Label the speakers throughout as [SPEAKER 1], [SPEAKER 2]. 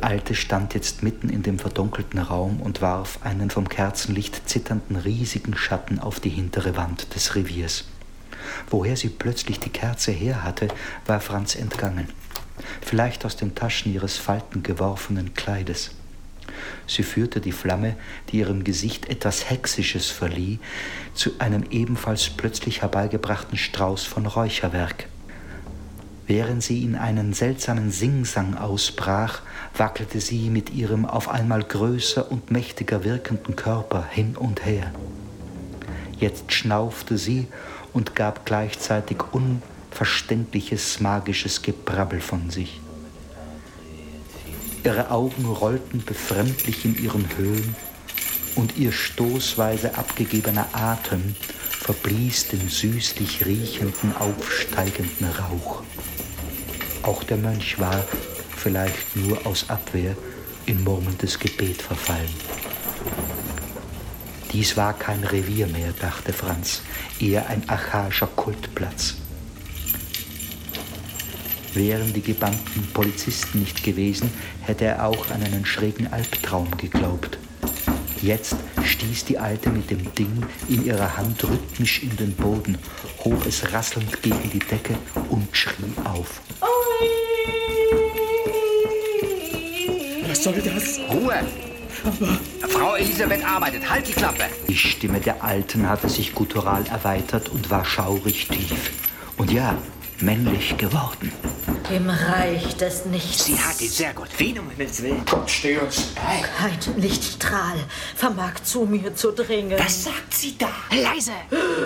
[SPEAKER 1] Alte stand jetzt mitten in dem verdunkelten Raum und warf einen vom Kerzenlicht zitternden riesigen Schatten auf die hintere Wand des Reviers. Woher sie plötzlich die Kerze her hatte, war Franz entgangen. Vielleicht aus den Taschen ihres faltengeworfenen Kleides. Sie führte die Flamme, die ihrem Gesicht etwas Hexisches verlieh, zu einem ebenfalls plötzlich herbeigebrachten Strauß von Räucherwerk. Während sie in einen seltsamen Singsang ausbrach, wackelte sie mit ihrem auf einmal größer und mächtiger wirkenden Körper hin und her. Jetzt schnaufte sie und gab gleichzeitig unverständliches magisches Gebrabbel von sich. Ihre Augen rollten befremdlich in ihren Höhlen und ihr stoßweise abgegebener Atem verblies den süßlich riechenden, aufsteigenden Rauch. Auch der Mönch war, vielleicht nur aus Abwehr, in murmelndes Gebet verfallen. Dies war kein Revier mehr, dachte Franz, eher ein archaischer Kultplatz. Wären die gebannten Polizisten nicht gewesen, hätte er auch an einen schrägen Albtraum geglaubt. Jetzt stieß die Alte mit dem Ding in ihrer Hand rhythmisch in den Boden, hob es rasselnd gegen die Decke und schrie auf.
[SPEAKER 2] Was soll das?
[SPEAKER 3] Ruhe! Frau Elisabeth arbeitet, halt die Klappe!
[SPEAKER 1] Die Stimme der Alten hatte sich guttural erweitert und war schaurig tief. Und ja, männlich geworden.
[SPEAKER 4] Im Reich des Nichts.
[SPEAKER 3] Sie hat ihn sehr gut. Wen um Himmels Willen?
[SPEAKER 5] Gott, steh uns bei.
[SPEAKER 4] Kein Lichtstrahl vermag zu mir zu dringen.
[SPEAKER 3] Was sagt sie da?
[SPEAKER 2] Leise!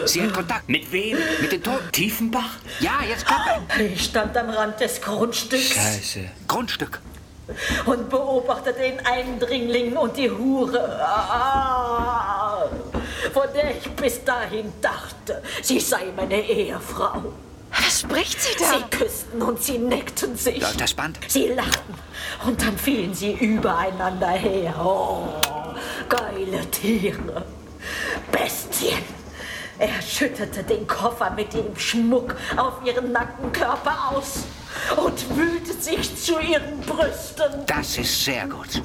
[SPEAKER 3] Sie hat Kontakt.
[SPEAKER 2] Mit wem?
[SPEAKER 3] Mit dem Toten?
[SPEAKER 2] Tiefenbach?
[SPEAKER 3] Ja, jetzt Klappe!
[SPEAKER 4] Ich stand am Rand des Grundstücks
[SPEAKER 5] Scheiße.
[SPEAKER 3] Grundstück.
[SPEAKER 4] und beobachtete den Eindringling und die Hure, ah, von der ich bis dahin dachte, sie sei meine Ehefrau.
[SPEAKER 6] Was spricht sie
[SPEAKER 4] Sie
[SPEAKER 6] da?
[SPEAKER 4] küssten und sie neckten sich.
[SPEAKER 3] Läuft Äh, das Band?
[SPEAKER 4] Sie lachten und dann fielen sie übereinander her. Oh, geile Tiere. Bestien. Er schüttete den Koffer mit ihrem Schmuck auf ihren nackten Körper aus und wühlte sich zu ihren Brüsten.
[SPEAKER 3] Das ist sehr gut.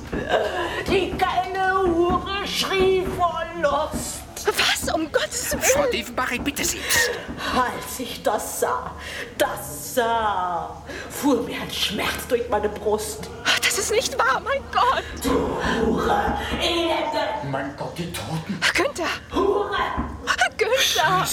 [SPEAKER 4] Die geile Hure schrie vor Lust.
[SPEAKER 6] Was? Um Gottes
[SPEAKER 3] Frau
[SPEAKER 6] Willen!
[SPEAKER 3] Tiefenbach, ich bitte Sie.
[SPEAKER 4] Als ich das sah, das sah, fuhr mir ein Schmerz durch meine Brust.
[SPEAKER 6] Ach, Das ist nicht wahr, mein Gott!
[SPEAKER 4] Elende
[SPEAKER 5] Mein Gott, die Toten.
[SPEAKER 6] Ach, Günther!
[SPEAKER 4] Hure!
[SPEAKER 6] Ach, Günther!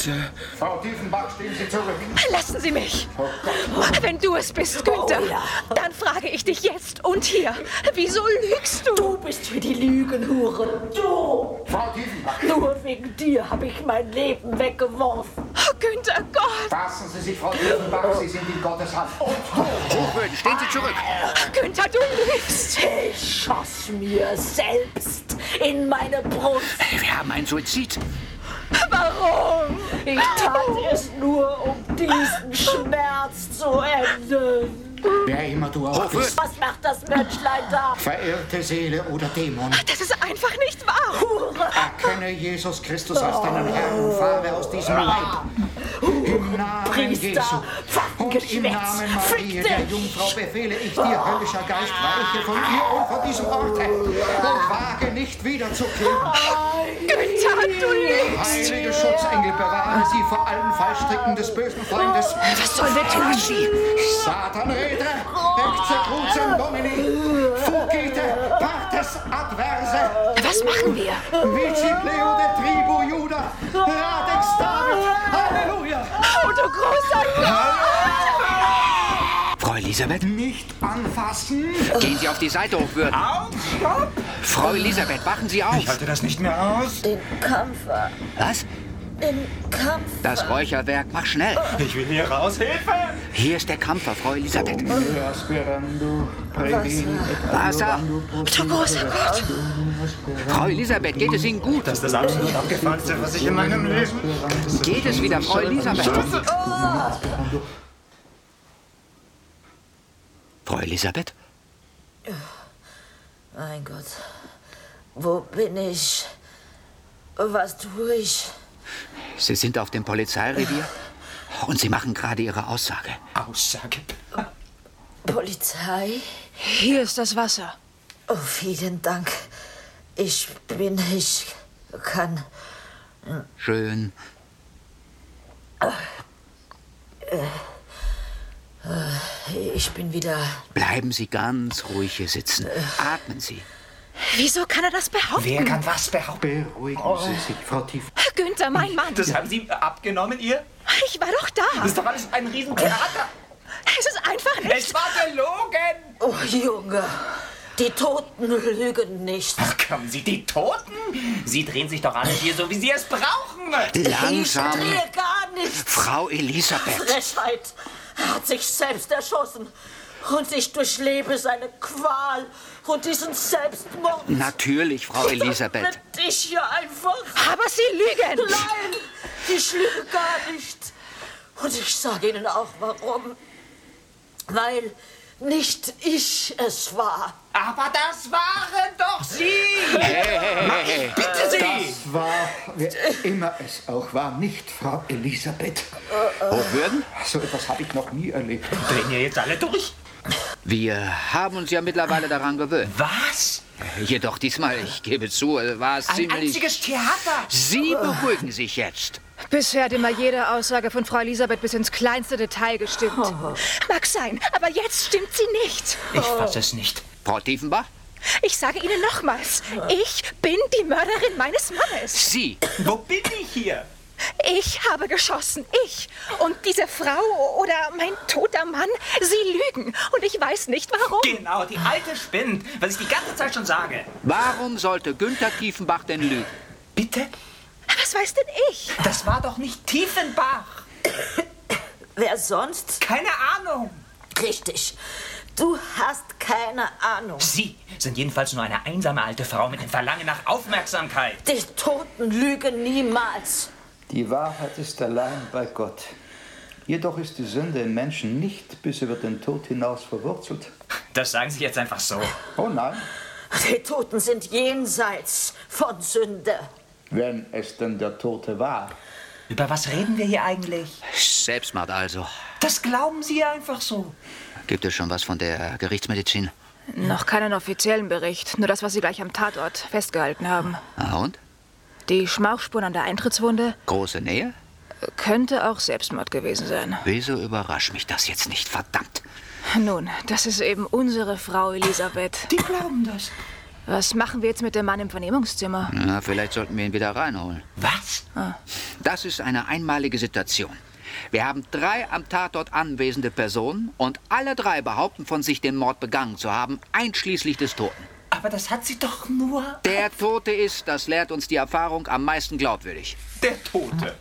[SPEAKER 5] Frau Tiefenbach, stehen Sie zurück.
[SPEAKER 6] Lassen Sie mich!
[SPEAKER 5] Oh Gott.
[SPEAKER 6] Wenn du es bist, Günther,
[SPEAKER 4] Oh ja.
[SPEAKER 6] dann frage ich dich jetzt und hier, wieso lügst du?
[SPEAKER 4] Du bist für die Lügenhure. Du!
[SPEAKER 5] Frau Tiefenbach,
[SPEAKER 4] Nur wegen dir habe ich mein Leben weggeworfen.
[SPEAKER 6] Oh, Günther, Gott!
[SPEAKER 5] fassen Sie sich, Frau Tiefenbach. Sie sind in Gottes Hand.
[SPEAKER 3] Hochwürden, stehen Sie zurück.
[SPEAKER 6] Ach, Günther, du lügst!
[SPEAKER 4] Ich schoss mir selbst in meine Brust.
[SPEAKER 3] Hey, Äh, wir haben einen Suizid.
[SPEAKER 6] Warum?
[SPEAKER 4] Ich tat es nur, um diesen Schmerz zu enden.
[SPEAKER 5] Wer immer du auch bist,
[SPEAKER 3] Hochwürden.
[SPEAKER 4] Was macht das Menschlein da?
[SPEAKER 5] verirrte Seele oder Dämon,
[SPEAKER 6] Das ist einfach nicht wahr!
[SPEAKER 4] Hure!
[SPEAKER 5] erkenne Jesus Christus
[SPEAKER 6] Oh.
[SPEAKER 5] als deinen Herrn und fahre aus diesem Leib. Im Namen Jesu
[SPEAKER 4] Priester,
[SPEAKER 5] und im
[SPEAKER 4] Pfaffengeschwätz,
[SPEAKER 5] Namen Maria,
[SPEAKER 4] fick
[SPEAKER 5] der
[SPEAKER 4] dich!
[SPEAKER 5] Jungfrau, befehle ich dir, höllischer Geist, weiche von ihr und von diesem Orte und wage nicht
[SPEAKER 6] Oh,
[SPEAKER 5] wiederzukehren.
[SPEAKER 6] Günther, du lügst!
[SPEAKER 5] Heilige Schutzengel, bewahre sie vor allen Fallstricken des bösen Feindes.
[SPEAKER 6] Was sollen wir tun?
[SPEAKER 5] Satan redre,
[SPEAKER 6] Oh,
[SPEAKER 5] exe crucem domini, fugite, partes adverse.
[SPEAKER 6] Was machen wir?
[SPEAKER 5] Vici Pleo der Tribu Juda, Radex David, Halleluja!
[SPEAKER 6] Oh, du großer Gott!
[SPEAKER 3] Frau Elisabeth,
[SPEAKER 5] Nicht anfassen!
[SPEAKER 3] gehen Sie auf die Seite, Hochwürden. Auf, stopp! Frau Elisabeth, wachen Sie auf.
[SPEAKER 5] Halte das nicht mehr aus!
[SPEAKER 3] Was? Das Räucherwerk, mach schnell.
[SPEAKER 7] Ich will hier raus, Hilfe!
[SPEAKER 3] Hier ist der Kampfer, Frau Elisabeth.
[SPEAKER 5] Aspirando, Previn,
[SPEAKER 3] Wasser.
[SPEAKER 6] Du großer Gott!
[SPEAKER 3] Frau Elisabeth, geht es Ihnen gut?
[SPEAKER 7] Das ist das absolut abgefahrenste, was ich in meinem Leben.
[SPEAKER 3] Geht es wieder, Frau Elisabeth? Frau Elisabeth?
[SPEAKER 8] Mein Gott, wo bin ich? Was tue ich?
[SPEAKER 3] Sie sind auf dem Polizeirevier und Sie machen gerade Ihre Aussage.
[SPEAKER 5] Aussage.
[SPEAKER 8] Polizei?
[SPEAKER 6] Hier ist das Wasser.
[SPEAKER 4] Oh, vielen Dank. Ich bin, ich kann.
[SPEAKER 3] Schön.
[SPEAKER 4] Ich bin wieder.
[SPEAKER 3] Bleiben Sie ganz ruhig hier sitzen. Atmen Sie.
[SPEAKER 6] Wieso kann er das behaupten?
[SPEAKER 7] Wer kann was behaupten?
[SPEAKER 5] Beruhigen Sie sich, Frau Tief.
[SPEAKER 6] Günther, mein Mann.
[SPEAKER 7] Das haben Sie abgenommen, ihr?
[SPEAKER 6] Ich war doch da.
[SPEAKER 7] Das ist doch alles ein Riesentheater.
[SPEAKER 6] Es ist einfach
[SPEAKER 7] Es
[SPEAKER 6] nicht.
[SPEAKER 7] war gelogen.
[SPEAKER 4] Oh, Junge, die Toten lügen nicht.
[SPEAKER 7] Ach, kommen Sie, die Toten? Sie drehen sich doch alle hier so, wie Sie es brauchen.
[SPEAKER 4] Ich
[SPEAKER 3] Langsam.
[SPEAKER 4] drehe gar nicht.
[SPEAKER 3] Frau Elisabeth.
[SPEAKER 4] Frechheit. Er hat sich selbst erschossen. Und ich durchlebe seine Qual und diesen Selbstmord.
[SPEAKER 3] Natürlich, Frau Elisabeth.
[SPEAKER 4] Damit ich hier einfach.
[SPEAKER 6] Aber Sie lügen.
[SPEAKER 4] Nein, ich lüge gar nicht. Und ich sage Ihnen auch warum. Weil nicht ich es war.
[SPEAKER 7] Aber das waren doch Sie. Bitte Sie.
[SPEAKER 5] Es war, wer immer es auch war, nicht Frau Elisabeth.
[SPEAKER 3] Hochwürden?
[SPEAKER 5] So etwas habe ich noch nie erlebt.
[SPEAKER 7] Drehen ihr jetzt alle durch?
[SPEAKER 3] Wir haben uns ja mittlerweile daran gewöhnt.
[SPEAKER 7] Was?
[SPEAKER 3] Jedoch diesmal, ich gebe zu, war es
[SPEAKER 7] Ein
[SPEAKER 3] ziemlich...
[SPEAKER 7] einziges Theater.
[SPEAKER 3] Sie beruhigen sich jetzt.
[SPEAKER 2] Bisher hat immer jede Aussage von Frau Elisabeth bis ins kleinste Detail gestimmt.
[SPEAKER 6] Oh. Mag sein, aber jetzt stimmt sie nicht.
[SPEAKER 7] Ich fasse es nicht.
[SPEAKER 3] Frau Tiefenbach,
[SPEAKER 6] Ich sage Ihnen nochmals, ich bin die Mörderin meines Mannes.
[SPEAKER 3] Sie.
[SPEAKER 7] Wo bin ich hier?
[SPEAKER 6] Ich habe geschossen, ich. Und diese Frau oder mein toter Mann, sie lügen. Und ich weiß nicht warum.
[SPEAKER 7] Genau, die alte spinnt, was ich die ganze Zeit schon sage.
[SPEAKER 3] Warum sollte Günther Tiefenbach denn lügen?
[SPEAKER 7] Bitte?
[SPEAKER 6] Was weiß denn ich?
[SPEAKER 7] Das war doch nicht Tiefenbach.
[SPEAKER 4] Wer sonst?
[SPEAKER 7] Keine Ahnung.
[SPEAKER 4] Richtig. Du hast keine Ahnung.
[SPEAKER 7] Sie sind jedenfalls nur eine einsame alte Frau mit dem Verlangen nach Aufmerksamkeit.
[SPEAKER 4] Die Toten lügen niemals.
[SPEAKER 5] Die Wahrheit ist allein bei Gott. Jedoch ist die Sünde im Menschen nicht bis über den Tod hinaus verwurzelt.
[SPEAKER 7] Das sagen Sie jetzt einfach so.
[SPEAKER 5] Oh nein,
[SPEAKER 4] Die Toten sind jenseits von Sünde.
[SPEAKER 5] wenn es denn der Tote war.
[SPEAKER 7] Über was reden wir hier eigentlich?
[SPEAKER 3] Selbstmord also.
[SPEAKER 7] Das glauben Sie einfach so.
[SPEAKER 3] Gibt es schon was von der Gerichtsmedizin?
[SPEAKER 2] Noch keinen offiziellen Bericht, nur das, was sie gleich am Tatort festgehalten haben.
[SPEAKER 3] Ah, und?
[SPEAKER 2] Die Schmauchspuren an der Eintrittswunde
[SPEAKER 3] Große Nähe?
[SPEAKER 2] könnte auch Selbstmord gewesen sein.
[SPEAKER 3] Wieso überrascht mich das jetzt nicht? Verdammt.
[SPEAKER 2] Nun, das ist eben unsere Frau Elisabeth.
[SPEAKER 7] Die glauben das.
[SPEAKER 2] Was machen wir jetzt mit dem Mann im Vernehmungszimmer?
[SPEAKER 3] Na, vielleicht sollten wir ihn wieder reinholen.
[SPEAKER 7] Was?
[SPEAKER 3] Das ist eine einmalige Situation. Wir haben drei am Tatort anwesende Personen und alle drei behaupten von sich, den Mord begangen zu haben, einschließlich des Toten.
[SPEAKER 7] Aber das hat sie doch nur.
[SPEAKER 3] Der Tote ist, das lehrt uns die Erfahrung, am meisten glaubwürdig.
[SPEAKER 7] Der Tote.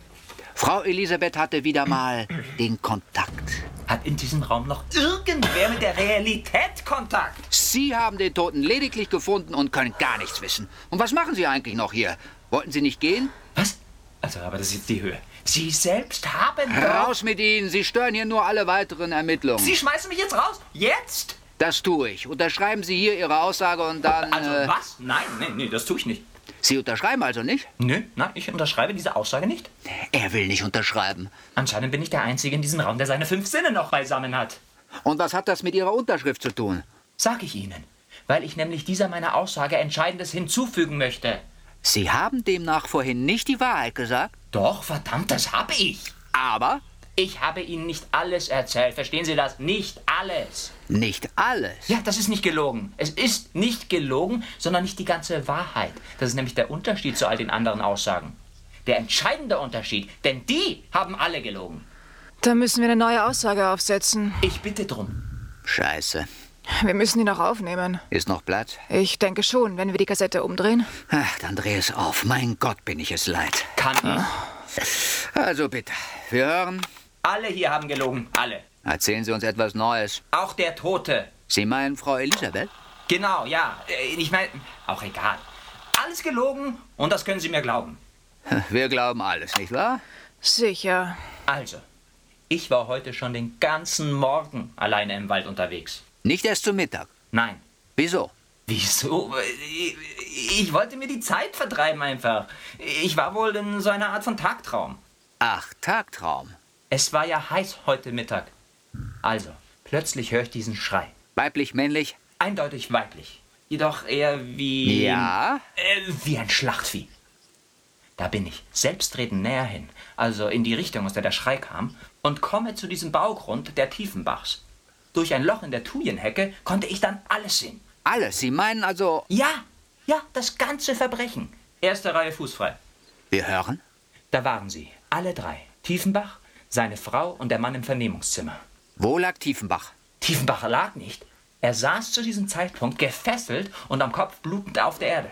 [SPEAKER 3] Frau Elisabeth hatte wieder mal den Kontakt.
[SPEAKER 7] Hat in diesem Raum noch irgendwer mit der Realität Kontakt?
[SPEAKER 3] Sie haben den Toten lediglich gefunden und können gar nichts wissen. Und was machen Sie eigentlich noch hier? Wollten Sie nicht gehen?
[SPEAKER 7] Was? Also, aber das ist jetzt die Höhe. Sie selbst haben. doch-
[SPEAKER 3] Raus mit Ihnen, Sie stören hier nur alle weiteren Ermittlungen.
[SPEAKER 7] Sie schmeißen mich jetzt raus. Jetzt?
[SPEAKER 3] das tue ich. Unterschreiben Sie hier Ihre Aussage und dann...
[SPEAKER 7] Also,
[SPEAKER 3] äh,
[SPEAKER 7] was? Nein, nein, nein, das tue ich nicht.
[SPEAKER 3] Sie unterschreiben also nicht?
[SPEAKER 7] Nö, nein, ich unterschreibe diese Aussage nicht.
[SPEAKER 3] Er will nicht unterschreiben.
[SPEAKER 7] Anscheinend bin ich der Einzige in diesem Raum, der seine fünf Sinne noch beisammen hat.
[SPEAKER 3] Und was hat das mit Ihrer Unterschrift zu tun?
[SPEAKER 7] Sag ich Ihnen. Weil ich nämlich dieser meiner Aussage Entscheidendes hinzufügen möchte.
[SPEAKER 3] Sie haben demnach vorhin nicht die Wahrheit gesagt,
[SPEAKER 7] Doch, verdammt, das habe ich.
[SPEAKER 3] aber
[SPEAKER 7] Ich habe Ihnen nicht alles erzählt. Verstehen Sie das? Nicht alles.
[SPEAKER 3] nicht alles.
[SPEAKER 7] Ja, das ist nicht gelogen. Es ist nicht gelogen, sondern nicht die ganze Wahrheit. Das ist nämlich der Unterschied zu all den anderen Aussagen. Der entscheidende Unterschied, denn die haben alle gelogen.
[SPEAKER 2] Da müssen wir eine neue Aussage aufsetzen.
[SPEAKER 7] Ich bitte drum.
[SPEAKER 3] Scheiße.
[SPEAKER 2] Wir müssen die noch aufnehmen.
[SPEAKER 3] Ist noch Platz?
[SPEAKER 2] Ich denke schon, wenn wir die Kassette umdrehen.
[SPEAKER 3] Ach, dann dreh es auf. Mein Gott, bin ich es leid.
[SPEAKER 7] Kann ich.
[SPEAKER 3] Also bitte, wir hören.
[SPEAKER 7] Alle hier haben gelogen. Alle.
[SPEAKER 3] Erzählen Sie uns etwas Neues.
[SPEAKER 7] Auch der Tote.
[SPEAKER 3] Sie meinen Frau Elisabeth?
[SPEAKER 7] Genau, ja. Äh, Ich meine, auch egal. Alles gelogen und das können Sie mir glauben.
[SPEAKER 3] Wir glauben alles, nicht wahr?
[SPEAKER 2] Sicher.
[SPEAKER 7] Also, ich war heute schon den ganzen Morgen alleine im Wald unterwegs.
[SPEAKER 3] Nicht erst zum Mittag.
[SPEAKER 7] Nein.
[SPEAKER 3] Wieso?
[SPEAKER 7] Wieso? Ich, ich wollte mir die Zeit vertreiben einfach. Ich war wohl in so einer Art von Tagtraum.
[SPEAKER 3] Ach, Tagtraum.
[SPEAKER 7] Es war ja heiß heute Mittag. Also, plötzlich höre ich diesen Schrei.
[SPEAKER 3] Weiblich, männlich?
[SPEAKER 7] Eindeutig weiblich. jedoch eher wie.
[SPEAKER 3] Ja?
[SPEAKER 7] Äh, wie ein Schlachtvieh. Da bin ich, selbstredend näher hin, also in die Richtung, aus der der Schrei kam, und komme zu diesem Baugrund der Tiefenbachs. Durch ein Loch in der Thujenhecke konnte ich dann alles sehen.
[SPEAKER 3] Alles. Sie meinen also,
[SPEAKER 7] Ja, ja, das ganze Verbrechen. Erste Reihe fußfrei.
[SPEAKER 3] wir hören?
[SPEAKER 7] Da waren sie, alle drei. Tiefenbach, seine Frau und der Mann im Vernehmungszimmer.
[SPEAKER 3] Wo lag Tiefenbach?
[SPEAKER 7] Tiefenbach lag nicht. Er saß zu diesem Zeitpunkt gefesselt und am Kopf blutend auf der Erde.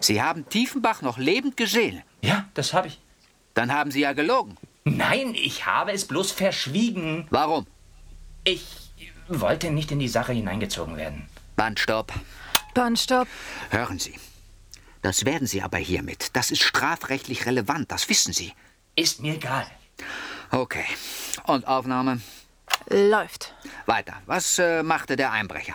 [SPEAKER 3] Sie haben Tiefenbach noch lebend gesehen.
[SPEAKER 7] Ja, das habe ich.
[SPEAKER 3] Dann haben Sie ja gelogen.
[SPEAKER 7] Nein, ich habe es bloß verschwiegen.
[SPEAKER 3] Warum?
[SPEAKER 7] Ich wollte nicht in die Sache hineingezogen werden.
[SPEAKER 3] Wann stopp?
[SPEAKER 2] Bandstopp.
[SPEAKER 3] Hören Sie. Das werden Sie aber hiermit. Das ist strafrechtlich relevant, das wissen Sie.
[SPEAKER 7] Ist mir egal.
[SPEAKER 3] Okay. Und Aufnahme.
[SPEAKER 2] Läuft.
[SPEAKER 3] Weiter. Was äh, machte der Einbrecher?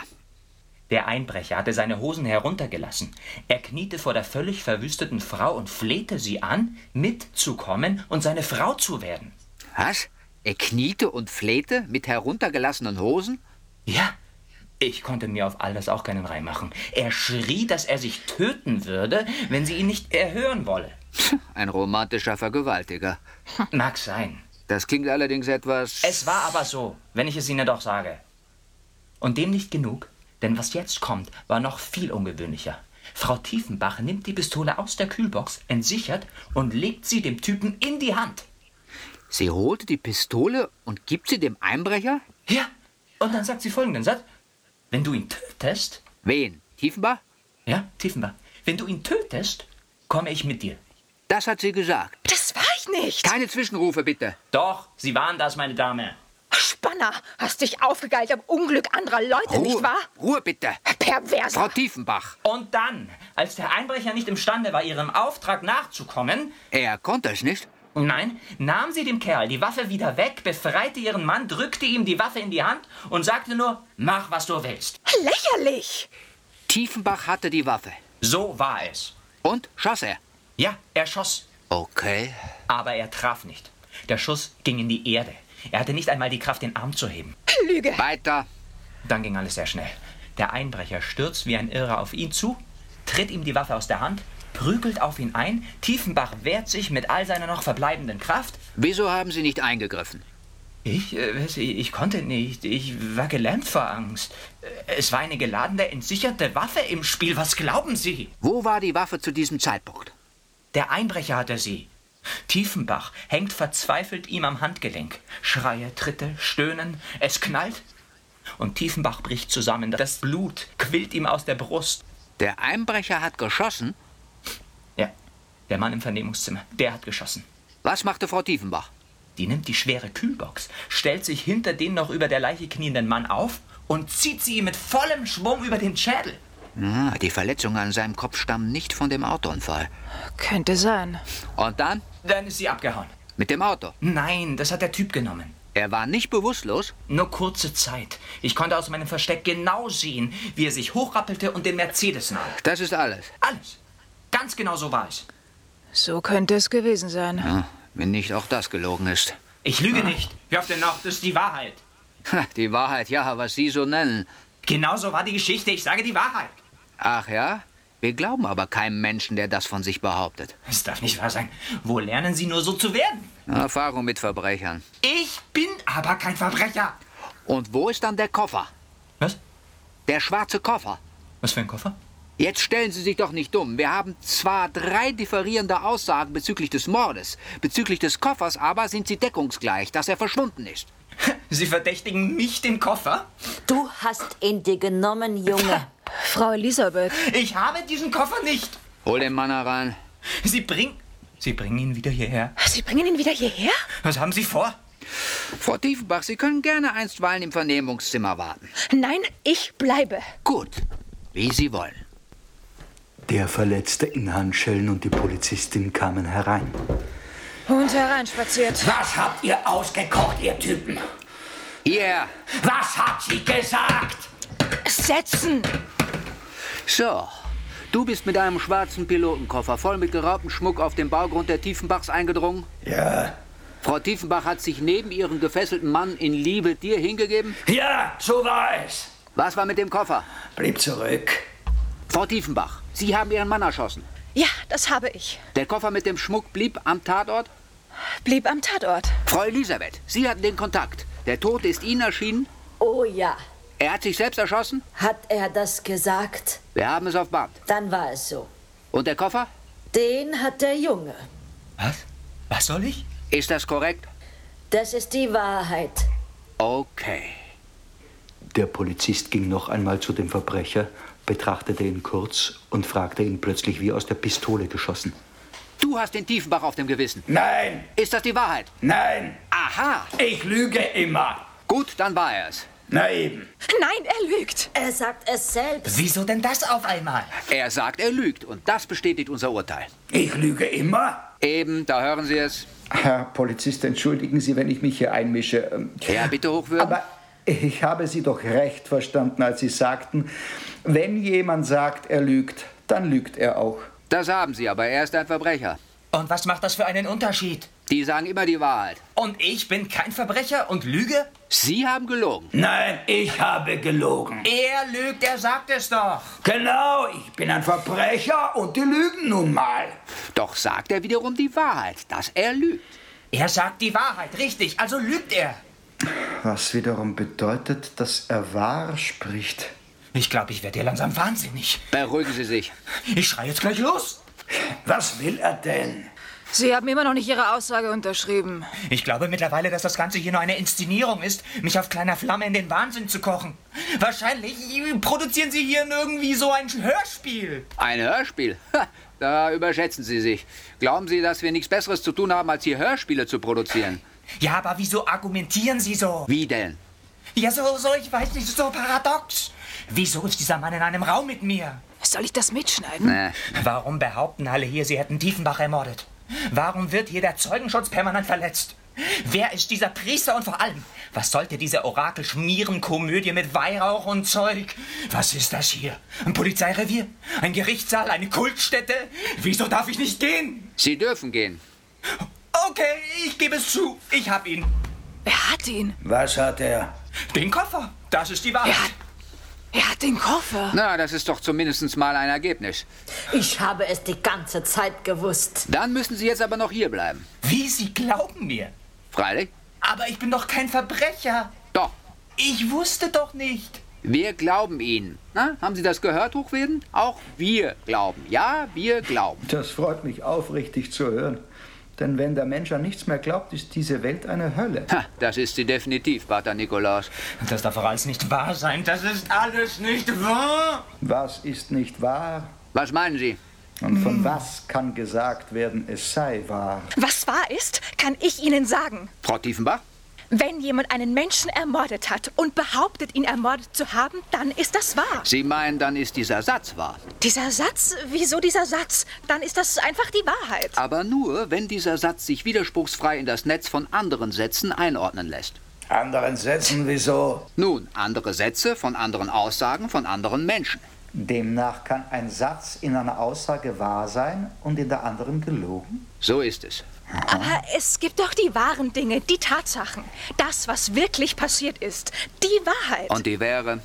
[SPEAKER 7] Der Einbrecher hatte seine Hosen heruntergelassen. Er kniete vor der völlig verwüsteten Frau und flehte sie an, mitzukommen und seine Frau zu werden.
[SPEAKER 3] Was? Er kniete und flehte mit heruntergelassenen Hosen?
[SPEAKER 7] Ja, ich konnte mir auf all das auch keinen Reim machen. Er schrie, dass er sich töten würde, wenn sie ihn nicht erhören wolle.
[SPEAKER 3] Ein romantischer Vergewaltiger.
[SPEAKER 7] Mag sein.
[SPEAKER 3] Das klingt allerdings etwas.
[SPEAKER 7] Es war aber so, wenn ich es Ihnen doch sage. Und dem nicht genug, denn was jetzt kommt, war noch viel ungewöhnlicher. Frau Tiefenbach nimmt die Pistole aus der Kühlbox, entsichert und legt sie dem Typen in die Hand.
[SPEAKER 3] Sie holte die Pistole und gibt sie dem Einbrecher?
[SPEAKER 7] Ja, und dann sagt sie folgenden Satz. Wenn du ihn tötest,
[SPEAKER 3] Wen? Tiefenbach?
[SPEAKER 7] ja, Tiefenbach, wenn du ihn tötest, komme ich mit dir.
[SPEAKER 3] Das hat sie gesagt.
[SPEAKER 6] Das war ich nicht.
[SPEAKER 3] Keine Zwischenrufe, bitte.
[SPEAKER 7] Doch, Sie waren das, meine Dame.
[SPEAKER 6] Spanner, hast dich aufgegeilt am Unglück anderer Leute,
[SPEAKER 2] Oh.
[SPEAKER 6] nicht wahr?
[SPEAKER 3] Ruhe, bitte. Frau
[SPEAKER 6] Perverser.
[SPEAKER 3] Tiefenbach,
[SPEAKER 7] Und dann, als der Einbrecher nicht imstande war, ihrem Auftrag nachzukommen,
[SPEAKER 3] er konnte es nicht.
[SPEAKER 7] nein, nahm sie dem Kerl die Waffe wieder weg, befreite ihren Mann, drückte ihm die Waffe in die Hand und sagte nur, mach, was du willst.
[SPEAKER 6] Lächerlich.
[SPEAKER 3] Tiefenbach hatte die Waffe.
[SPEAKER 7] So war es.
[SPEAKER 3] Und schoss er.
[SPEAKER 7] Ja, er schoss,
[SPEAKER 3] Okay.
[SPEAKER 7] aber er traf nicht. Der Schuss ging in die Erde. Er hatte nicht einmal die Kraft, den Arm zu heben.
[SPEAKER 6] Lüge.
[SPEAKER 3] Weiter.
[SPEAKER 7] Dann ging alles sehr schnell. Der Einbrecher stürzt wie ein Irrer auf ihn zu, tritt ihm die Waffe aus der Hand, prügelt auf ihn ein. Tiefenbach wehrt sich mit all seiner noch verbleibenden Kraft.
[SPEAKER 3] Wieso haben Sie nicht eingegriffen?
[SPEAKER 7] Ich, äh, weiß ich, ich konnte nicht. Ich war gelähmt vor Angst. Äh, Es war eine geladene, entsicherte Waffe im Spiel. Was glauben Sie?
[SPEAKER 3] Wo war die Waffe zu diesem Zeitpunkt?
[SPEAKER 7] Der Einbrecher hatte sie. Tiefenbach hängt verzweifelt ihm am Handgelenk. Schreie, Tritte, Stöhnen, es knallt. Und Tiefenbach bricht zusammen. Das Blut quillt ihm aus der Brust.
[SPEAKER 3] Der Einbrecher hat geschossen.
[SPEAKER 7] Ja, der Mann im Vernehmungszimmer, der hat geschossen.
[SPEAKER 3] Was machte Frau Tiefenbach?
[SPEAKER 7] Die nimmt die schwere Kühlbox, stellt sich hinter den noch über der Leiche knienden Mann auf und zieht sie ihm mit vollem Schwung über den Schädel.
[SPEAKER 3] Ah, die Verletzungen an seinem Kopf stammen nicht von dem Autounfall.
[SPEAKER 2] Könnte sein.
[SPEAKER 3] Und dann?
[SPEAKER 7] Dann ist sie abgehauen.
[SPEAKER 3] Mit dem Auto.
[SPEAKER 7] Nein, das hat der Typ genommen.
[SPEAKER 3] Er war nicht bewusstlos.
[SPEAKER 7] Nur kurze Zeit. Ich konnte aus meinem Versteck genau sehen, wie er sich hochrappelte und den Mercedes nahm.
[SPEAKER 3] Das ist alles.
[SPEAKER 7] Alles. Ganz genau so war es.
[SPEAKER 2] So könnte es gewesen sein.
[SPEAKER 3] Ah, Wenn nicht auch das gelogen ist.
[SPEAKER 7] Ich lüge nicht. Wie oft denn noch? Das ist die Wahrheit.
[SPEAKER 3] Ha, Die Wahrheit, ja, was Sie so nennen.
[SPEAKER 7] Genau so war die Geschichte. Ich sage die Wahrheit.
[SPEAKER 3] Ach ja? Wir glauben aber keinem Menschen, der das von sich behauptet.
[SPEAKER 7] Es darf nicht wahr sein. Wo lernen Sie nur so zu werden?
[SPEAKER 3] Erfahrung mit Verbrechern.
[SPEAKER 7] Ich bin aber kein Verbrecher.
[SPEAKER 3] Und wo ist dann der Koffer?
[SPEAKER 7] Was?
[SPEAKER 3] Der schwarze Koffer.
[SPEAKER 7] Was für ein Koffer?
[SPEAKER 3] Jetzt stellen Sie sich doch nicht dumm. Wir haben zwar drei differierende Aussagen bezüglich des Mordes, bezüglich des Koffers aber sind sie deckungsgleich, dass er verschwunden ist.
[SPEAKER 7] Sie verdächtigen mich den Koffer?
[SPEAKER 4] Du hast ihn dir genommen, Junge.
[SPEAKER 2] Frau Elisabeth.
[SPEAKER 7] Ich habe diesen Koffer nicht.
[SPEAKER 3] Hol den Mann herein.
[SPEAKER 7] Sie bringen... Sie bringen ihn wieder hierher.
[SPEAKER 6] Sie bringen ihn wieder hierher?
[SPEAKER 7] Was haben Sie vor?
[SPEAKER 3] Frau Tiefenbach, Sie können gerne einstweilen im Vernehmungszimmer warten.
[SPEAKER 6] Nein, ich bleibe.
[SPEAKER 3] Gut, wie Sie wollen.
[SPEAKER 1] Der Verletzte in Handschellen und die Polizistin kamen herein.
[SPEAKER 2] Und hereinspaziert.
[SPEAKER 9] Was habt ihr ausgekocht, ihr Typen?
[SPEAKER 3] Ja,
[SPEAKER 9] Was hat sie gesagt?
[SPEAKER 6] Setzen.
[SPEAKER 3] so. Du bist mit einem schwarzen Pilotenkoffer voll mit geraubtem Schmuck auf den Baugrund der Tiefenbachs eingedrungen.
[SPEAKER 9] Ja.
[SPEAKER 3] Frau Tiefenbach hat sich neben ihren gefesselten Mann in Liebe dir hingegeben.
[SPEAKER 9] Ja, so war es.
[SPEAKER 3] Was war mit dem Koffer?
[SPEAKER 9] Blieb zurück.
[SPEAKER 3] Frau Tiefenbach, Sie haben Ihren Mann erschossen.
[SPEAKER 6] Ja, das habe ich.
[SPEAKER 3] Der Koffer mit dem Schmuck blieb am Tatort.
[SPEAKER 6] Blieb am Tatort.
[SPEAKER 3] Frau Elisabeth, Sie hatten den Kontakt. Der Tote ist Ihnen erschienen.
[SPEAKER 8] Oh ja,
[SPEAKER 3] Er hat sich selbst erschossen.
[SPEAKER 8] hat er das gesagt?
[SPEAKER 3] Wir haben es auf Band.
[SPEAKER 8] Dann war es so.
[SPEAKER 3] Und der Koffer?
[SPEAKER 8] Den hat der Junge.
[SPEAKER 7] Was? Was soll ich?
[SPEAKER 3] Ist das korrekt?
[SPEAKER 8] Das ist die Wahrheit.
[SPEAKER 3] Okay.
[SPEAKER 1] Der Polizist ging noch einmal zu dem Verbrecher, betrachtete ihn kurz und fragte ihn plötzlich wie aus der Pistole geschossen.
[SPEAKER 3] Du hast den Tiefenbach auf dem Gewissen.
[SPEAKER 9] Nein,
[SPEAKER 3] Ist das die Wahrheit?
[SPEAKER 9] nein,
[SPEAKER 3] Aha.
[SPEAKER 9] ich lüge immer.
[SPEAKER 3] Gut, dann war er es.
[SPEAKER 9] Na eben.
[SPEAKER 6] Nein, er lügt.
[SPEAKER 8] Er sagt es selbst.
[SPEAKER 7] Wieso denn das auf einmal?
[SPEAKER 3] Er sagt, er lügt. Und das bestätigt unser Urteil.
[SPEAKER 9] Ich lüge immer?
[SPEAKER 3] Eben, da hören Sie es.
[SPEAKER 5] Herr Polizist, entschuldigen Sie, wenn ich mich hier einmische. Ähm,
[SPEAKER 3] Ja, bitte hochwürden.
[SPEAKER 5] Aber ich habe Sie doch recht verstanden, als Sie sagten, wenn jemand sagt, er lügt, dann lügt er auch.
[SPEAKER 3] Das haben Sie, aber er ist ein Verbrecher.
[SPEAKER 7] Und was macht das für einen Unterschied?
[SPEAKER 3] Die sagen immer die Wahrheit.
[SPEAKER 7] Und ich bin kein Verbrecher und lüge?
[SPEAKER 3] Sie haben gelogen.
[SPEAKER 9] Nein, ich habe gelogen.
[SPEAKER 7] Er lügt, er sagt es doch.
[SPEAKER 9] Genau, ich bin ein Verbrecher und die lügen nun mal.
[SPEAKER 3] Doch sagt er wiederum die Wahrheit, dass er lügt.
[SPEAKER 7] Er sagt die Wahrheit, richtig, also lügt er.
[SPEAKER 5] Was wiederum bedeutet, dass er wahr spricht.
[SPEAKER 7] Ich glaube, ich werde hier langsam wahnsinnig.
[SPEAKER 3] Beruhigen Sie sich.
[SPEAKER 7] Ich schreie jetzt gleich los.
[SPEAKER 9] Was will er denn?
[SPEAKER 2] Sie haben immer noch nicht Ihre Aussage unterschrieben.
[SPEAKER 7] Ich glaube mittlerweile, dass das Ganze hier nur eine Inszenierung ist, mich auf kleiner Flamme in den Wahnsinn zu kochen. Wahrscheinlich produzieren sie hier irgendwie so ein Hörspiel.
[SPEAKER 3] Ein Hörspiel? Ha, da überschätzen Sie sich. Glauben Sie, dass wir nichts Besseres zu tun haben, als hier Hörspiele zu produzieren?
[SPEAKER 7] Ja, aber wieso argumentieren sie so?
[SPEAKER 3] Wie denn?
[SPEAKER 7] Ja, so, so, ich weiß nicht, so paradox. Wieso ist dieser Mann in einem Raum mit mir?
[SPEAKER 2] Soll ich das mitschneiden?
[SPEAKER 3] Na,
[SPEAKER 7] Warum behaupten alle hier, sie hätten Tiefenbach ermordet? Warum wird hier der Zeugenschutz permanent verletzt? Wer ist dieser Priester und vor allem, was sollte diese Orakel-Schmierenkomödie mit Weihrauch und Zeug? Was ist das hier? Ein Polizeirevier? Ein Gerichtssaal? Eine Kultstätte? Wieso darf ich nicht gehen?
[SPEAKER 3] Sie dürfen gehen.
[SPEAKER 7] Okay, ich gebe es zu. Ich hab ihn.
[SPEAKER 2] Er hat ihn.
[SPEAKER 9] Was hat er?
[SPEAKER 7] Den Koffer. Das ist die Wahrheit.
[SPEAKER 2] Er hat, er hat den Koffer.
[SPEAKER 3] Na, das ist doch zumindest mal ein Ergebnis.
[SPEAKER 8] Ich habe es die ganze Zeit gewusst.
[SPEAKER 3] Dann müssen Sie jetzt aber noch hier bleiben.
[SPEAKER 7] Wie Sie glauben mir.
[SPEAKER 3] Freilich?
[SPEAKER 7] Aber ich bin doch kein Verbrecher.
[SPEAKER 3] Doch.
[SPEAKER 7] Ich wusste doch nicht.
[SPEAKER 3] Wir glauben Ihnen. Na, haben Sie das gehört, Hochwerden? Auch wir glauben. Ja, wir glauben.
[SPEAKER 5] Das freut mich aufrichtig zu hören. Denn wenn der Mensch an nichts mehr glaubt, ist diese Welt eine Hölle.
[SPEAKER 3] Ha, das ist sie definitiv, Pater Nikolaus.
[SPEAKER 7] Das darf doch alles nicht wahr sein. Das ist alles nicht wahr.
[SPEAKER 5] Was ist nicht wahr?
[SPEAKER 3] Was meinen Sie?
[SPEAKER 5] Und von was kann gesagt werden, es sei wahr?
[SPEAKER 6] Was wahr ist, kann ich Ihnen sagen.
[SPEAKER 3] Frau Tiefenbach?
[SPEAKER 6] Wenn jemand einen Menschen ermordet hat und behauptet, ihn ermordet zu haben, dann ist das wahr.
[SPEAKER 3] Sie meinen, dann ist dieser Satz wahr.
[SPEAKER 6] Dieser Satz, wieso dieser Satz? Dann ist das einfach die Wahrheit.
[SPEAKER 3] Aber nur, wenn dieser Satz sich widerspruchsfrei in das Netz von anderen Sätzen einordnen lässt.
[SPEAKER 9] Anderen Sätzen, wieso?
[SPEAKER 3] Nun, andere Sätze von anderen Aussagen von anderen Menschen.
[SPEAKER 5] Demnach kann ein Satz in einer Aussage wahr sein und in der anderen gelogen?
[SPEAKER 3] So ist es.
[SPEAKER 6] Aber es gibt auch die wahren Dinge, die Tatsachen. Das, was wirklich passiert ist. Die Wahrheit.
[SPEAKER 3] Und die wäre.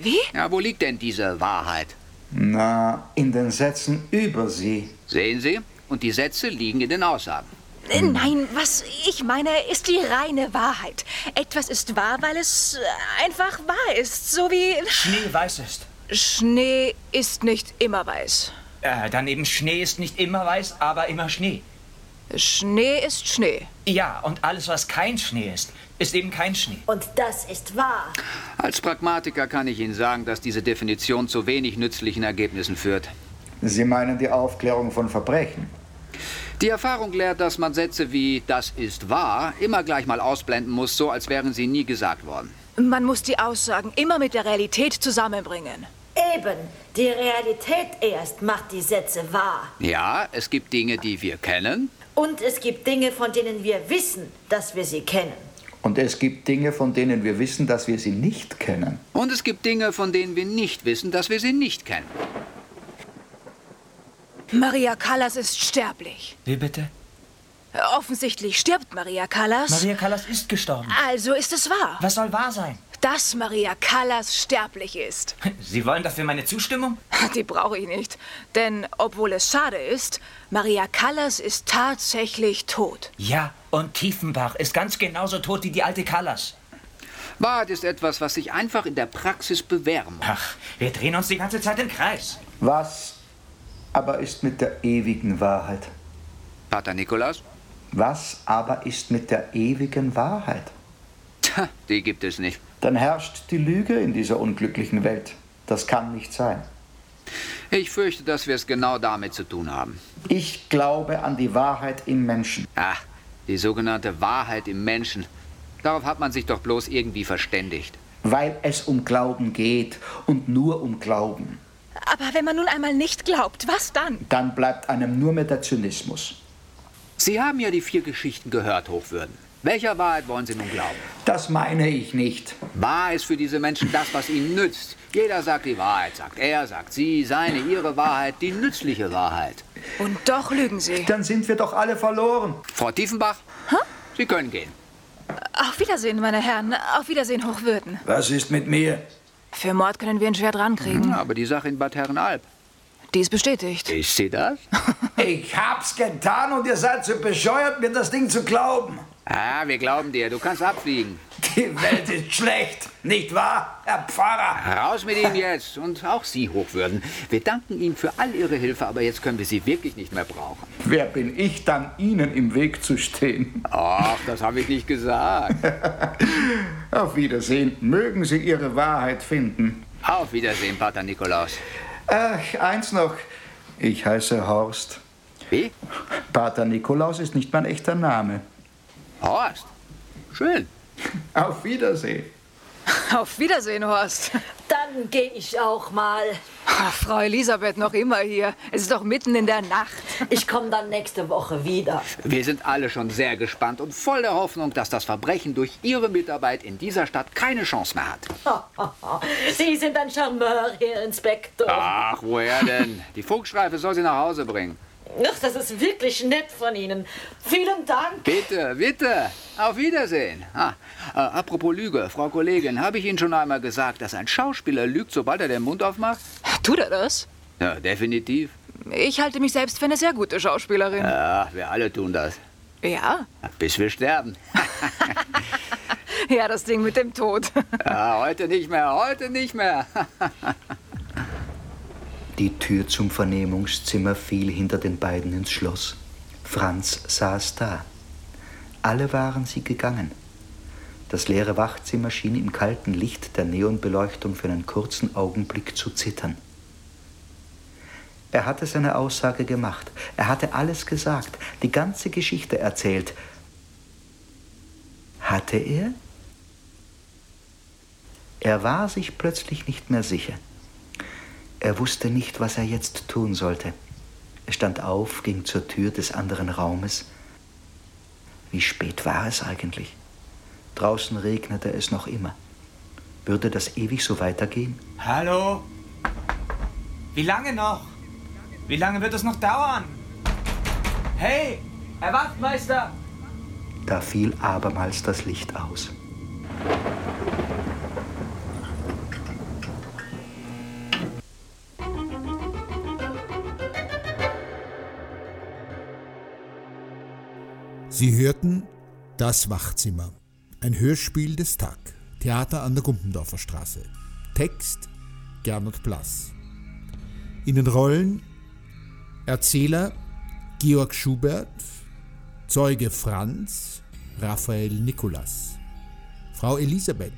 [SPEAKER 6] Wie?
[SPEAKER 3] Ja, wo liegt denn diese Wahrheit?
[SPEAKER 5] Na, in den Sätzen über sie.
[SPEAKER 3] Sehen Sie? Und die Sätze liegen in den Aussagen.
[SPEAKER 6] Äh, Nein, was ich meine, ist die reine Wahrheit. Etwas ist wahr, weil es äh, einfach wahr ist. So wie.
[SPEAKER 7] Schnee weiß ist.
[SPEAKER 2] Schnee ist nicht immer weiß.
[SPEAKER 7] Äh, dann eben Schnee ist nicht immer weiß, aber immer Schnee.
[SPEAKER 2] Schnee ist Schnee.
[SPEAKER 7] Ja, und alles, was kein Schnee ist, ist eben kein Schnee.
[SPEAKER 8] Und das ist wahr.
[SPEAKER 3] Als Pragmatiker kann ich Ihnen sagen, dass diese Definition zu wenig nützlichen Ergebnissen führt.
[SPEAKER 5] Sie meinen die Aufklärung von Verbrechen?
[SPEAKER 3] Die Erfahrung lehrt, dass man Sätze wie das ist wahr immer gleich mal ausblenden muss, so als wären sie nie gesagt worden.
[SPEAKER 2] Man muss die Aussagen immer mit der Realität zusammenbringen.
[SPEAKER 8] Eben, die Realität erst macht die Sätze wahr.
[SPEAKER 3] Ja, es gibt Dinge, die wir kennen.
[SPEAKER 8] Und es gibt Dinge, von denen wir wissen, dass wir sie kennen.
[SPEAKER 5] Und es gibt Dinge, von denen wir wissen, dass wir sie nicht kennen.
[SPEAKER 3] Und es gibt Dinge, von denen wir nicht wissen, dass wir sie nicht kennen.
[SPEAKER 2] Maria Callas ist sterblich.
[SPEAKER 7] Wie bitte?
[SPEAKER 2] Offensichtlich stirbt Maria Callas.
[SPEAKER 7] Maria Callas ist gestorben.
[SPEAKER 2] also ist es wahr.
[SPEAKER 7] Was soll wahr sein?
[SPEAKER 2] dass Maria Callas sterblich ist.
[SPEAKER 7] Sie wollen dafür meine Zustimmung?
[SPEAKER 2] Die brauche ich nicht. Denn obwohl es schade ist, Maria Callas ist tatsächlich tot.
[SPEAKER 7] Ja, und Tiefenbach ist ganz genauso tot wie die alte Callas.
[SPEAKER 3] Wahrheit ist etwas, was sich einfach in der Praxis bewähren muss.
[SPEAKER 7] Ach, wir drehen uns die ganze Zeit im Kreis.
[SPEAKER 5] Was aber ist mit der ewigen Wahrheit?
[SPEAKER 3] Pater Nikolaus?
[SPEAKER 5] Was aber ist mit der ewigen Wahrheit?
[SPEAKER 3] Tja, die gibt es nicht.
[SPEAKER 5] Dann herrscht die Lüge in dieser unglücklichen Welt. Das kann nicht sein.
[SPEAKER 3] Ich fürchte, dass wir es genau damit zu tun haben.
[SPEAKER 5] Ich glaube an die Wahrheit im Menschen.
[SPEAKER 3] Ach, die sogenannte Wahrheit im Menschen. Darauf hat man sich doch bloß irgendwie verständigt.
[SPEAKER 5] Weil es um Glauben geht und nur um Glauben.
[SPEAKER 6] Aber wenn man nun einmal nicht glaubt, was dann?
[SPEAKER 5] Dann bleibt einem nur mehr der Zynismus.
[SPEAKER 3] Sie haben ja die vier Geschichten gehört, Hochwürden. Welcher Wahrheit wollen Sie nun glauben?
[SPEAKER 5] Das meine ich nicht.
[SPEAKER 3] Wahr ist für diese Menschen das, was ihnen nützt. Jeder sagt die Wahrheit, sagt er, sagt sie, seine, ihre Wahrheit, die nützliche Wahrheit.
[SPEAKER 2] Und doch lügen sie.
[SPEAKER 5] Dann sind wir doch alle verloren.
[SPEAKER 3] Frau Tiefenbach, Sie können gehen.
[SPEAKER 2] Auf Wiedersehen, meine Herren. Auf Wiedersehen, Hochwürden.
[SPEAKER 9] Was ist mit mir?
[SPEAKER 2] Für Mord können wir ihn schwer drankriegen.
[SPEAKER 3] Aber die Sache in Bad Herrenalb.
[SPEAKER 2] Dies bestätigt.
[SPEAKER 3] Ist sie das?
[SPEAKER 9] Ich hab's getan und ihr seid so bescheuert, mir das Ding zu glauben.
[SPEAKER 3] Ah, wir glauben dir, du kannst abfliegen.
[SPEAKER 9] Die Welt ist schlecht, nicht wahr, Herr Pfarrer?
[SPEAKER 3] Raus mit Ihnen jetzt und auch Sie, Hochwürden. Wir danken Ihnen für all Ihre Hilfe, aber jetzt können wir Sie wirklich nicht mehr brauchen.
[SPEAKER 5] Wer bin ich dann, Ihnen im Weg zu stehen?
[SPEAKER 3] Ach, das habe ich nicht gesagt.
[SPEAKER 5] Auf Wiedersehen. Mögen Sie Ihre Wahrheit finden.
[SPEAKER 3] Auf Wiedersehen, Pater Nikolaus.
[SPEAKER 5] Ach, eins noch. Ich heiße Horst.
[SPEAKER 3] Wie?
[SPEAKER 5] Pater Nikolaus ist nicht mein echter Name.
[SPEAKER 3] Horst? Schön.
[SPEAKER 5] Auf Wiedersehen.
[SPEAKER 2] Auf Wiedersehen, Horst.
[SPEAKER 8] Dann gehe ich auch mal.
[SPEAKER 2] Ach, Frau Elisabeth noch immer hier. Es ist doch mitten in der Nacht.
[SPEAKER 8] Ich komme dann nächste Woche wieder.
[SPEAKER 3] Wir sind alle schon sehr gespannt und voll der Hoffnung, dass das Verbrechen durch Ihre Mitarbeit in dieser Stadt keine Chance mehr hat.
[SPEAKER 8] Sie sind ein Charmeur, Herr Inspektor.
[SPEAKER 3] Ach, woher denn? Die Funkstreife soll Sie nach Hause bringen.
[SPEAKER 8] Ach, das ist wirklich nett von Ihnen. Vielen Dank.
[SPEAKER 3] Bitte, bitte. Auf Wiedersehen. Ah, äh, apropos Lüge, Frau Kollegin, habe ich Ihnen schon einmal gesagt, dass ein Schauspieler lügt, sobald er den Mund aufmacht?
[SPEAKER 2] Tut er das?
[SPEAKER 3] Ja, definitiv.
[SPEAKER 2] Ich halte mich selbst für eine sehr gute Schauspielerin.
[SPEAKER 3] Ja, wir alle tun das.
[SPEAKER 2] Ja?
[SPEAKER 3] Bis wir sterben.
[SPEAKER 2] Ja, das Ding mit dem Tod.
[SPEAKER 3] Ja, Ah, heute nicht mehr, heute nicht mehr.
[SPEAKER 1] Die Tür zum Vernehmungszimmer fiel hinter den beiden ins Schloss. Franz saß da. Alle waren sie gegangen. Das leere Wachzimmer schien im kalten Licht der Neonbeleuchtung für einen kurzen Augenblick zu zittern. Er hatte seine Aussage gemacht, er hatte alles gesagt, die ganze Geschichte erzählt. Hatte er? Er war sich plötzlich nicht mehr sicher. Er wusste nicht, was er jetzt tun sollte. Er stand auf, ging zur Tür des anderen Raumes. Wie spät war es eigentlich? Draußen regnete es noch immer. Würde das ewig so weitergehen?
[SPEAKER 7] Hallo? Wie lange noch? Wie lange wird es noch dauern? Hey, Herr Wachtmeister!
[SPEAKER 1] Da fiel abermals das Licht aus.
[SPEAKER 10] Sie hörten Das Wachzimmer, ein Hörspiel des TAG, Theater an der Gumpendorfer Straße. Text Gernot Blass. In den Rollen Erzähler Georg Schubert, Zeuge Franz, Raphael Nikolas, Frau Elisabeth,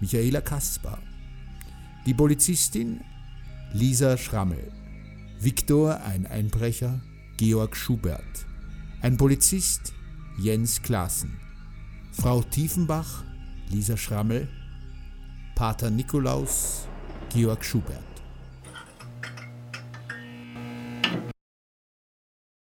[SPEAKER 10] Michaela Kaspar, die Polizistin Lisa Schrammel, Viktor ein Einbrecher, Georg Schubert, ein Polizist Jens Klaassen, Frau Tiefenbach, Lisa Schrammel, Pater Nikolaus, Georg Schubert.